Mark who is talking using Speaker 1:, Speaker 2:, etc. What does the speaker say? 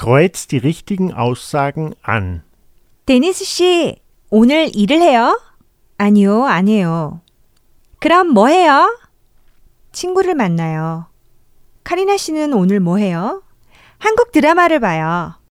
Speaker 1: Kreuz die richtigen Aussagen an.
Speaker 2: 데니스 씨, 오늘 일을 해요? 아니요, 안 해요. 그럼 뭐 해요? 친구를 만나요. 카리나 씨는 오늘 뭐 해요? 한국 드라마를 봐요.